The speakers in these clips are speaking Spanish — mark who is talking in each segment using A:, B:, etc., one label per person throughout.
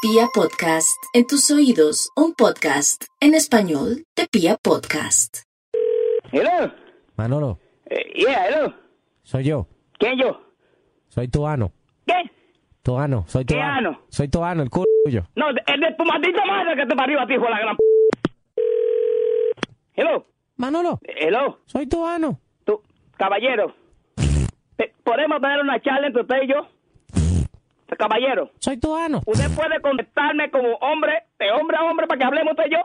A: Pia Podcast, en tus oídos, un podcast en español de Pia Podcast.
B: Hello.
C: Manolo,
B: Eh, yeah, hello.
C: soy yo,
B: ¿Quién yo?
C: soy tu ano,
B: ¿Qué?
C: tu ano, soy tu
B: ¿Qué
C: ano,
B: ano?
C: soy tu ano, el culo tuyo.
B: No, es de tu maldita madre que te parió a ti, hijo de la gran p... Hello.
C: Manolo,
B: Hello.
C: soy tu ano.
B: Tú, caballero. Pe- ¿Podemos tener una charla entre usted y yo? Caballero,
C: soy tu ano,
B: ¿usted puede contactarme como hombre, de hombre a hombre, para que hablemos usted y yo?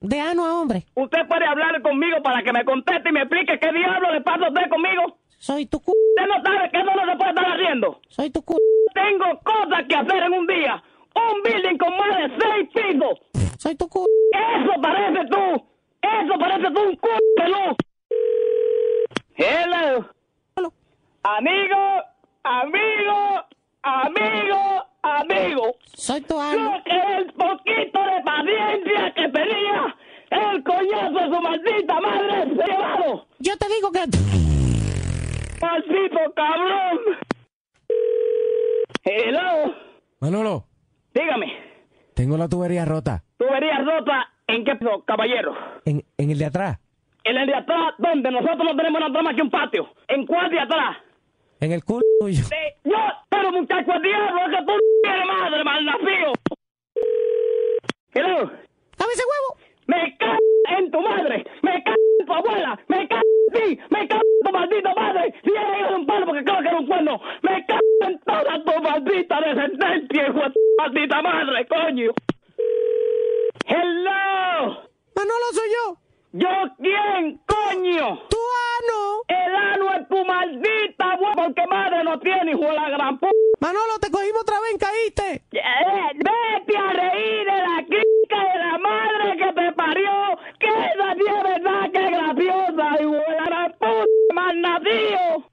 C: de ano a hombre,
B: ¿Usted puede hablar conmigo para que me conteste y me explique qué diablo le pasa a usted conmigo?
C: soy tu cu,
B: ¿Usted no sabe que eso no se puede estar haciendo?
C: soy tu cu,
B: Tengo cosas que hacer en un día. Un building con más de seis pisos.
C: soy tu cu.
B: Eso parece tú. Eso parece tú un culo peludo. Hello.
C: Manolo,
B: Amigo, amigo, amigo, amigo.
C: soy tu ano,
B: Creo que el poquito de paciencia que tenía el coñazo de su maldita madre se llevado.
C: yo te digo que...
B: Maldito cabrón. Hello.
C: Manolo,
B: Dígame.
C: tengo la tubería rota,
B: Tubería rota en qué piso, caballero.
C: en, en el de atrás,
B: En el de atrás, donde nosotros no tenemos nada más que un patio. ¿En cuál de atrás?
C: en el culo tuyo.
B: De- yo, pero muchacho, el diablo, es que tú no eres madre, malnacido. Hello.
C: ¡Dame ese huevo!
B: Me cago en tu madre, me cago en tu abuela, me cago en ti, me cago en tu maldita madre. Si era hijo de un palo porque creo que era un cuerno, me cago en toda tu maldita descendencia, hijo de tu maldita madre, coño. Hello.
C: Manolo, soy yo,
B: ¿Yo quién, coño?
C: tu ano.
B: El ano es tu maldita abuela, porque madre no tiene, hijo de la gran puta.
C: Manolo, te cogimos otra vez, caíste.
B: vete a reír de la crica de la madre que te parió, que esa sí es verdad que es graciosa, hijo de la gran puta, malnacido.